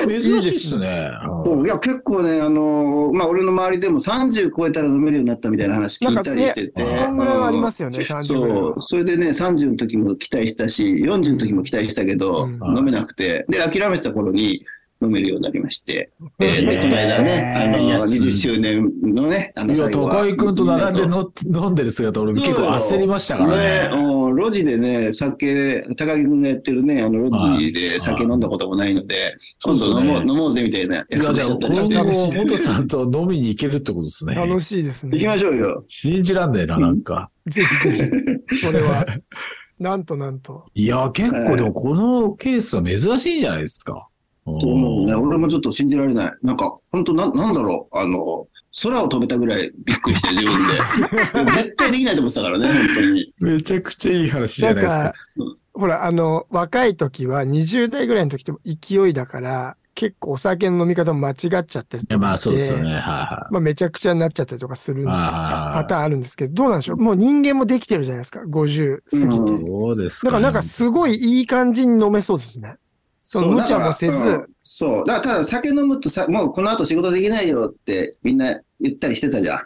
Speaker 4: ー珍しいですね。
Speaker 3: そういや結構ね、あのまあ、俺の周りでも30超えたら飲めるようになったみたいな話聞いたりしてて、
Speaker 4: なんかね
Speaker 2: そんぐらいはありますよね、
Speaker 3: うん
Speaker 2: 30ぐらい
Speaker 3: そ
Speaker 2: は
Speaker 3: う、それでね、30の時も期待したし、40の時も期待したけど、
Speaker 4: うん
Speaker 3: 飲めなくて、で、諦めてた頃に飲めるようになりまして、えー
Speaker 4: へー
Speaker 3: で、この間ね、あ
Speaker 4: いや
Speaker 3: の、
Speaker 4: す
Speaker 3: 20周年のね、あ
Speaker 4: い
Speaker 3: の、
Speaker 4: や、
Speaker 3: 最後は
Speaker 4: 高井君と並んでの飲んでる姿、俺結構焦りましたからね。
Speaker 3: うん路地でね、酒、高木君がやってるね、あの、路地
Speaker 4: はい
Speaker 3: で酒飲んだこともないので、
Speaker 4: そう
Speaker 3: 今
Speaker 4: ですね
Speaker 3: 度飲もう、飲もうぜみたいない
Speaker 4: や、
Speaker 3: 約
Speaker 4: じゃ
Speaker 3: 束し
Speaker 4: あ、
Speaker 3: ちゃったりして。
Speaker 4: 今後、元さんと飲みに行けるってことですね。
Speaker 2: 楽しいです
Speaker 3: 行き
Speaker 2: ね。
Speaker 3: ましょうよ。
Speaker 4: 信じらんねえな、なんか。
Speaker 2: ぜひぜ
Speaker 3: (laughs)
Speaker 2: ひ、それは。なんとなんと。
Speaker 4: いや、結構でもこのケースは珍しいんじゃないですか。
Speaker 3: と思うね。
Speaker 4: うん
Speaker 3: 俺もちょっと信じられない。なんか、本当な、なんだろう。あの、空を飛べたぐらいびっくりして、自
Speaker 4: (laughs)
Speaker 3: 分で。絶対できないと思ってたからね、本当に。
Speaker 4: めちゃくちゃいい話じ
Speaker 2: な
Speaker 4: ゃ
Speaker 2: ん
Speaker 4: ないです
Speaker 2: か
Speaker 4: か。、
Speaker 2: ほら、あの、若い時は、20代ぐらいの時って勢いだから、結構お酒の飲み方も間違っちゃったり
Speaker 4: いや
Speaker 2: と
Speaker 4: ま
Speaker 2: か
Speaker 4: あ、
Speaker 2: して、
Speaker 4: そうですよね。はいは
Speaker 2: まあめちゃくちゃになっちゃったりとかする
Speaker 4: い。
Speaker 2: パ
Speaker 4: あ
Speaker 2: ターンあるんですけど、どうなんでしょうもう人間もできてるじゃないですか、50過ぎ
Speaker 3: う
Speaker 2: て。
Speaker 3: ん
Speaker 4: そうです
Speaker 2: だからなんかすごいいい感じに飲めそうですね。その
Speaker 3: う
Speaker 2: 無茶もせず
Speaker 3: だからうんそう。だから、ただ酒飲むとさ、もうこの後仕事できないよってみんな言ったりしてたじゃん。
Speaker 4: は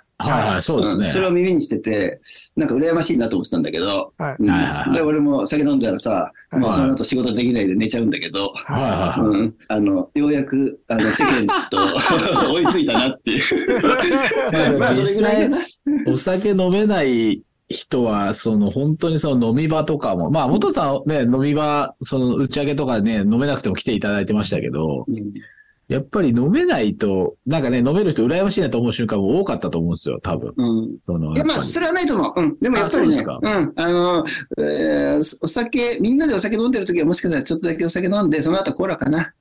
Speaker 4: いはい、そうですね。
Speaker 3: んそれを耳にしてて、なんか羨ましいなと思ってたんだけど。
Speaker 2: はい
Speaker 3: うん
Speaker 4: はいはいはい
Speaker 3: で、俺も酒飲んだらさ、
Speaker 2: はい
Speaker 3: もうその後仕事できないで寝ちゃうんだけど。
Speaker 4: はいはいはい。
Speaker 3: うん、あのようやくあの世間と (laughs) 追いついたなっ
Speaker 2: (laughs)
Speaker 3: ていうまあそれぐらいかな
Speaker 4: お酒飲めない人は、その本当にその飲み場とかも、まあ、元さんね、飲み場、その打ち上げとかね、飲めなくても来ていただいてましたけど、
Speaker 3: うん
Speaker 4: やっぱり飲めないと、なんかね、飲める人羨ましいなと思う瞬間も多かったと思うんですよ、多分。
Speaker 3: うん、
Speaker 4: その
Speaker 3: いや、まあ、それはないと思う。うん。でもやっぱり
Speaker 4: あ
Speaker 3: ね、
Speaker 4: そう
Speaker 3: うん。あの、えーお酒、みんなでお酒飲んでるときは、もしかしたらちょっとだけお酒飲んで、その後コーラかな。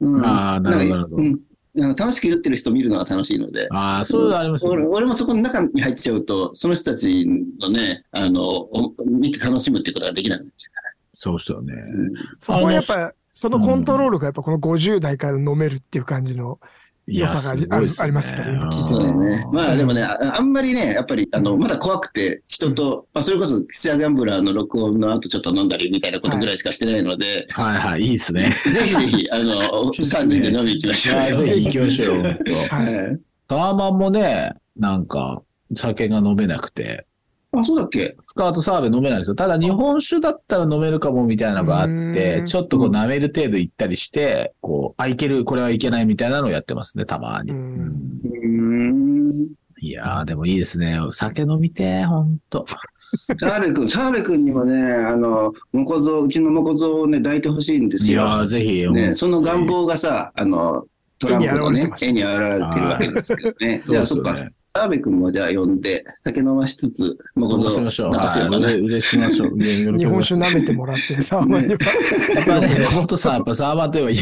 Speaker 3: うん。
Speaker 4: あーなるほ
Speaker 3: んか
Speaker 4: ど
Speaker 3: う
Speaker 4: なる
Speaker 3: ん。あの楽しく酔ってる人見るのが楽しいので。
Speaker 4: ああ、そういうのありますよ
Speaker 3: 俺
Speaker 4: ね。
Speaker 3: 俺もそこの中に入っちゃうと、その人たちのね、あの、お見て楽しむっていうことができなくなっちゃ
Speaker 4: そうですよね。
Speaker 3: う。うん
Speaker 2: そこはやっぱ、そのコントロールがやっぱこの50代から飲めるっていう感じの。
Speaker 4: いや
Speaker 2: 良さがあり
Speaker 4: すごいっす
Speaker 2: ありますから今聞いてて
Speaker 3: そうだね。まあでもね、ああんまりね、やっぱり、あの、まだ怖くて、人と、まあそれこそ、キスアギャンブラーの録音の後ちょっと飲んだりみたいなことぐらいしかしてないので、
Speaker 4: はいはい、いいですね。
Speaker 3: (laughs) ぜひぜひ、あの、
Speaker 4: そうですね
Speaker 3: 3人で飲み行きましょうよ。
Speaker 4: ぜひ行きましょう。本当
Speaker 2: はい。
Speaker 3: はい
Speaker 4: タワマンもね、なんか、酒が飲めなくて、
Speaker 3: あ、そうだっけ
Speaker 4: スカートサーベ飲めないんですよ。ただ日本酒だったら飲めるかもみたいなのがあっ
Speaker 2: うー
Speaker 4: て
Speaker 2: ん、
Speaker 4: ちょっとこう舐める程度行ったりして、こう、あ、いける、これはいけないみたいなのをやってますね、たまに。
Speaker 2: うーん
Speaker 4: う
Speaker 3: う
Speaker 4: ん
Speaker 3: ーん。
Speaker 4: いやー、でもいいですね。お酒飲みてー、ほんと。
Speaker 3: 澤部君、澤部君にもね、あの、もこぞう、うちのもこぞうをね、抱いてほしいんです
Speaker 4: いや
Speaker 3: よ。
Speaker 4: ー、ぜひ。
Speaker 3: ね、その願望がさ、あの、トランプのね、
Speaker 2: 絵
Speaker 3: 絵に現れてるわけですけどね。じゃあ、
Speaker 4: そ
Speaker 3: (laughs) そうっ
Speaker 4: ですよね
Speaker 3: か。澤部君もじゃあ呼んで、酒飲ましつつ、も
Speaker 4: そ
Speaker 3: こ
Speaker 4: う
Speaker 3: ぞ
Speaker 4: し
Speaker 3: う、
Speaker 4: ましょう。
Speaker 3: 泣かせようかな。
Speaker 4: はい、うれしましょう。ね
Speaker 2: 日本酒舐めてもらっ
Speaker 4: (laughs)
Speaker 2: て、サーバーには。
Speaker 4: やっぱね、もっとさ、やっぱサーバーといえばいい、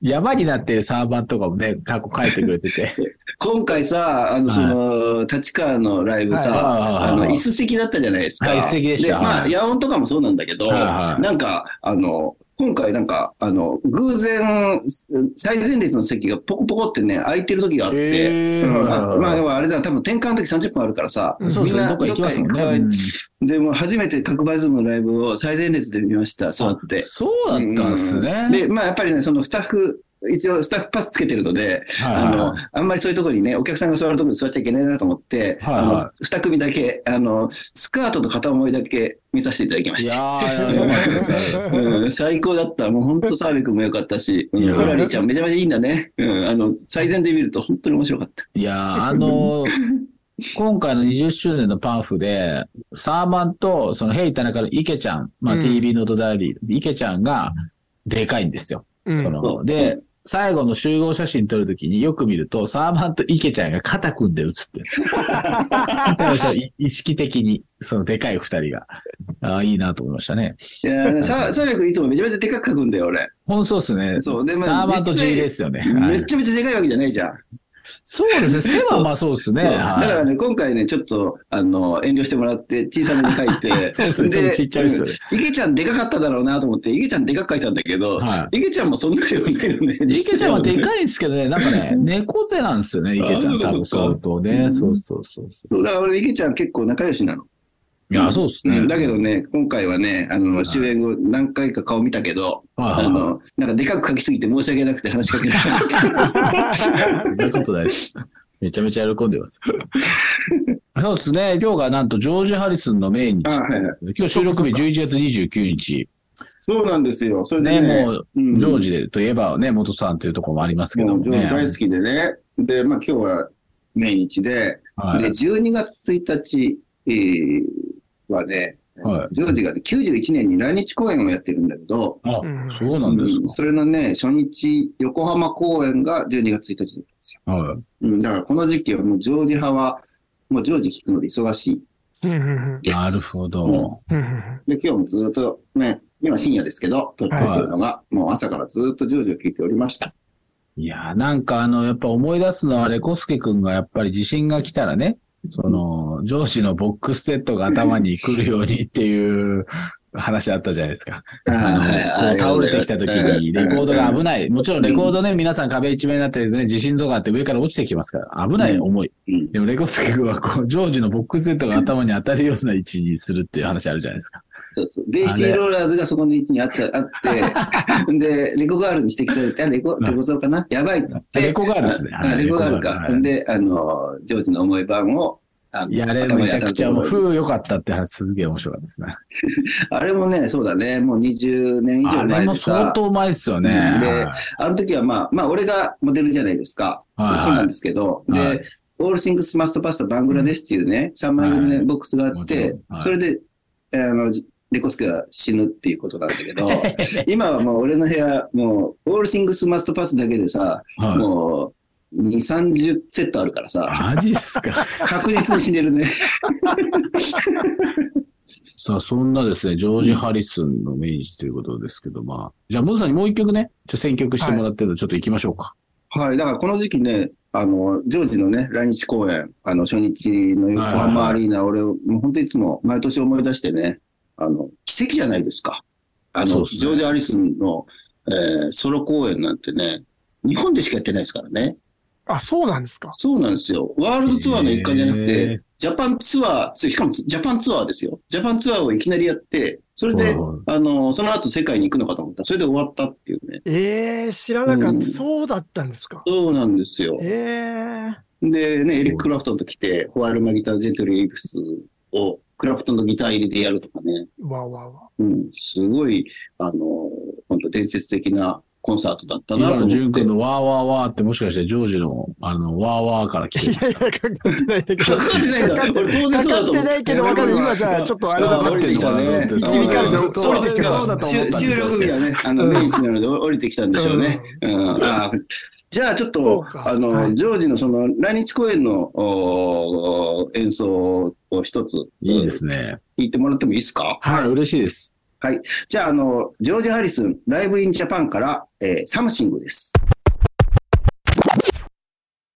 Speaker 4: 山になってるサーバーとかもね、過去書いてくれ
Speaker 3: (laughs)
Speaker 4: てて。
Speaker 3: 今回さ、あの、その、立川のライブさ、あの、椅子席だったじゃないですか。
Speaker 4: はい椅子席でした
Speaker 3: ま
Speaker 4: は
Speaker 3: あ、
Speaker 4: い
Speaker 3: 野音とかもそうなんだけど、
Speaker 4: はいはい
Speaker 3: なんか、あの、今回なんか、あの、偶然、最前列の席がポコポコってね、空いてる時があって、
Speaker 4: えー
Speaker 3: うん
Speaker 4: はいはいは
Speaker 3: あ
Speaker 4: い
Speaker 3: まあ、要はあれだ、多分転換の時30分あるからさ、
Speaker 2: うん
Speaker 4: そう
Speaker 3: み
Speaker 4: そ
Speaker 3: ん
Speaker 4: う、ど
Speaker 3: な
Speaker 4: っか行きますもんね。
Speaker 3: どっか
Speaker 4: うん
Speaker 3: でも初めて角張りズムのライブを最前列で見ました、座って。
Speaker 4: そうだったんですね。
Speaker 3: うんで、まあ、やっぱりね、そのスタッフ、一応スタッフパスつけてるので、
Speaker 4: はい
Speaker 3: あ
Speaker 4: はい
Speaker 3: の、あんまりそういうところにね、お客さんが座るところに座っちゃいけないなと思って、
Speaker 4: はいはい
Speaker 3: あの二組だけ、あの、スカートと片思いだけ見させていただきま
Speaker 4: い
Speaker 3: した。
Speaker 4: やー、よかったです。
Speaker 3: うん、最高だった。もう本当、澤部君も良かった
Speaker 4: (laughs)
Speaker 3: し、うん
Speaker 4: いや
Speaker 3: フラリーちゃんめちゃめちゃいいんだね。うん、あの、最前で見ると本当に面白かった。
Speaker 4: いやー、あのー今回の20周年のパンフで、サーマンと、その、ヘイタナカの池ちゃん、まあ、
Speaker 2: うん
Speaker 4: TV のドダリー、池ちゃんが、でかいんですよ。
Speaker 2: うん。
Speaker 4: そ
Speaker 3: そ
Speaker 4: の、
Speaker 3: う
Speaker 4: で、最後の集合写真撮るときによく見ると、サーマンと池ちゃんが肩組んで写
Speaker 3: (laughs)
Speaker 4: ってる。だからそうい意識的に、その、でかい二人が、あーいいなと思いましたね。
Speaker 3: いやー、澤澤部君いつもめちゃめちゃでかく書くんだよ、俺。
Speaker 4: ほんそうっすね。サ
Speaker 3: そう、で、
Speaker 4: ーマンと G
Speaker 3: 実際
Speaker 4: ですよね。
Speaker 3: めっちゃめちゃでかいわけじゃないじゃん。
Speaker 4: そうですね。背はまあそうですね。
Speaker 3: そうだから
Speaker 4: は
Speaker 3: ね、今回ね、ちょっと、あの、遠慮してもらって、小さめに書いて
Speaker 2: そうですねちょっとちっちゃいですよね
Speaker 3: うん池ちゃんでかかっただろうなと思って、池ちゃんでかく書いたんだけど、
Speaker 4: は
Speaker 3: 池ちゃんもそんなでも (laughs) ないよね。
Speaker 4: い。池ちゃんはで
Speaker 3: い。
Speaker 4: かいんですけどね、なんか
Speaker 3: (laughs)
Speaker 4: ね、猫背なんですよね、池ちゃん。
Speaker 3: あそ
Speaker 4: 多
Speaker 3: うか
Speaker 4: 分そうとね。
Speaker 3: そ
Speaker 4: そうう
Speaker 3: か
Speaker 4: そうそうそ
Speaker 3: そうだから俺、池ちゃん結構仲良しなの。
Speaker 4: う。いや、そうです
Speaker 3: う
Speaker 4: ね。
Speaker 3: んだけどね、今回はね、あ
Speaker 4: は
Speaker 3: の、
Speaker 4: い
Speaker 3: 終演後何回か顔見たけど、
Speaker 4: はいはいはい
Speaker 3: あの、なんかでかく書きすぎて申し訳なくて話しかけられなかった。
Speaker 4: そんなことない
Speaker 3: (laughs)
Speaker 4: です。めちゃめちゃ喜んでます。そうですね。今日がなんとジョージ・ハリスンの命日。
Speaker 3: あはいはい
Speaker 4: 今日収録日11月29日。
Speaker 3: そうなんですよ。それで
Speaker 4: ね、
Speaker 3: ね、
Speaker 4: もう、
Speaker 3: うん
Speaker 4: ジョージでといえばね、元さんというところもありますけ
Speaker 3: も
Speaker 4: ど
Speaker 3: う
Speaker 4: も
Speaker 3: ジョー
Speaker 4: ね。
Speaker 3: ジ大好きでね。で、まあ今日は命日で、
Speaker 4: はい
Speaker 3: で、12月1日、えーはね、
Speaker 4: は
Speaker 3: ジョージがね91年に来日公演をやってるんだけど、
Speaker 4: あ、
Speaker 2: うん
Speaker 4: そうなんです
Speaker 3: うんそれのね、初日、横浜公演が12月1日だったんですよ。
Speaker 4: か。はい。
Speaker 3: うん、だからこの時期はもうジョージ派は、もうジョージ聞くので忙しい
Speaker 2: うんうん
Speaker 3: です。
Speaker 4: なるほど。
Speaker 2: うんうん
Speaker 3: で、今日もずっとね、今深夜ですけど、撮ってるのが、もう朝からずっとジョージを聞いておりました。
Speaker 4: いやー、なんかあの、やっぱ思い出すのは、レコスケ君がやっぱり地震が来たらね、その、上司のボックスセットが頭に来るようにっていう話あったじゃないですか。あの、こう倒れてきた時に、レコードが危
Speaker 3: い。
Speaker 4: ない。もちろんレコードね、皆さん壁一面になってね、地震とかあって上から落ちてきますから、危ない思い。
Speaker 3: うん
Speaker 4: でも、レコスケ君はこう、ジョージのボックスセットが頭に当たるような位置にするっていう話あるじゃないですか。
Speaker 3: そうそう。ベイシティローラーズがそこの位置にあったあって、で、レコガールに指摘されて、あ、レコ、レコゾーかなやばいって言って。
Speaker 4: レコガールですね
Speaker 3: あレコガールか
Speaker 4: は。い
Speaker 3: で、あの、ジョージの思い版を、あの
Speaker 4: いや、あれめちゃくちゃ、も
Speaker 3: 頭
Speaker 4: う、
Speaker 3: に
Speaker 4: 風良かったって話、すげえ面白かったですね。
Speaker 3: 当たるあれもね、そうだね、もう20年以上
Speaker 4: あれ
Speaker 3: 前
Speaker 4: も
Speaker 3: で
Speaker 4: 相
Speaker 3: さ、
Speaker 4: 当前ですよね。
Speaker 3: うんで
Speaker 4: はい
Speaker 3: あの時はまあ、まあ、俺がモデルじゃないですか。
Speaker 4: はいはい
Speaker 3: そうなんですけど、で、
Speaker 4: はい
Speaker 3: オールシングスマストパストバングラデシュっていうね、3枚組
Speaker 4: は
Speaker 3: の
Speaker 4: い
Speaker 3: ボックスがあっ
Speaker 4: もち
Speaker 3: て、
Speaker 4: ろんはい
Speaker 3: それで、あの、レコスケが死ぬっていうことなんだけ
Speaker 4: (laughs)
Speaker 3: ど、今はもう俺の部屋、もう、オールシングスマストパスだけでさ、
Speaker 4: はい。
Speaker 3: もう、2、30セットあるからさ、
Speaker 4: マジっすか。
Speaker 3: 確実に死んでるね。
Speaker 4: さ (laughs) あ、そんなですね、ジョージ・ハリスンの命日ということですけど、まあ、じゃあ、モズさんにもう一曲ね、ちょっと選曲してもらってるので、ちょっと行きましょうか。
Speaker 3: はい、だからこの時期ね、あの、ジョージのね、来日公演、あの、初日の横浜アリーナ、俺、もう本当いつも毎年思い出してね、あの、奇跡じゃないですか。あ
Speaker 4: そう
Speaker 3: の、
Speaker 4: っすね
Speaker 3: ジョージ・アリスンの、えーソロ公演なんてね、日本でしかやってないですからね。
Speaker 2: あ、そうなんですか。
Speaker 3: そうなんですよ。ワールドツアーの一環じゃなく
Speaker 4: へ
Speaker 3: て
Speaker 4: ー、
Speaker 3: ジャパンツアーつ、しかもジャパンツアーですよ。ジャパンツアーをいきなりやって、それ
Speaker 4: は
Speaker 3: で
Speaker 4: いはい、
Speaker 3: あの、その後世界に行くのかと思ったら、それで終わったっていうね。
Speaker 2: ええ、知らなかっ
Speaker 3: うん
Speaker 2: た。そうだったんですか。
Speaker 3: そうなんですよ。
Speaker 2: ええ。
Speaker 3: でね、エリック・クラフトンと来て、ホワイルマギター・ジェントリー・エイプスをクラフトンのギター入れてやるとかね、
Speaker 2: わあわあわ
Speaker 3: うん、すごい、あの、本当伝説的なコンサートだったなと
Speaker 4: 今
Speaker 3: 思
Speaker 4: の
Speaker 3: って。
Speaker 4: ジュン君のワーワーワーってもしかしてジョージの、あの、ワーワーから
Speaker 2: あ。
Speaker 4: 来
Speaker 2: い
Speaker 4: て
Speaker 2: や
Speaker 4: る
Speaker 2: い。や、
Speaker 4: (laughs)
Speaker 2: かかってないんだけど
Speaker 3: か。かってないんだ。俺当然
Speaker 2: か
Speaker 3: そう
Speaker 2: か
Speaker 3: だと
Speaker 2: っ
Speaker 3: 思
Speaker 2: て
Speaker 3: う。
Speaker 2: ないけど、わかる。今じゃあ、ちょっとあれだ
Speaker 3: あ
Speaker 2: な
Speaker 3: 降りてきたね。
Speaker 4: 導
Speaker 2: かれてる
Speaker 3: 降りてきた。
Speaker 2: そうだと思った
Speaker 3: 収録日はね、あの、
Speaker 2: うん
Speaker 3: 命日なので降りてきたんでしょうね。うんあーじゃあちょっ
Speaker 2: そう
Speaker 3: と、
Speaker 2: か
Speaker 3: あの、
Speaker 2: はい
Speaker 3: ジョージのその、来日公演のおー演奏を一つ、
Speaker 4: いいですね。
Speaker 3: 聞いてもらってもいいですか
Speaker 4: はい、嬉しいです。
Speaker 3: じゃあ、あの、ジョージ・ハリスン、ライブ・イン・ジャパンから、えーサムシングです。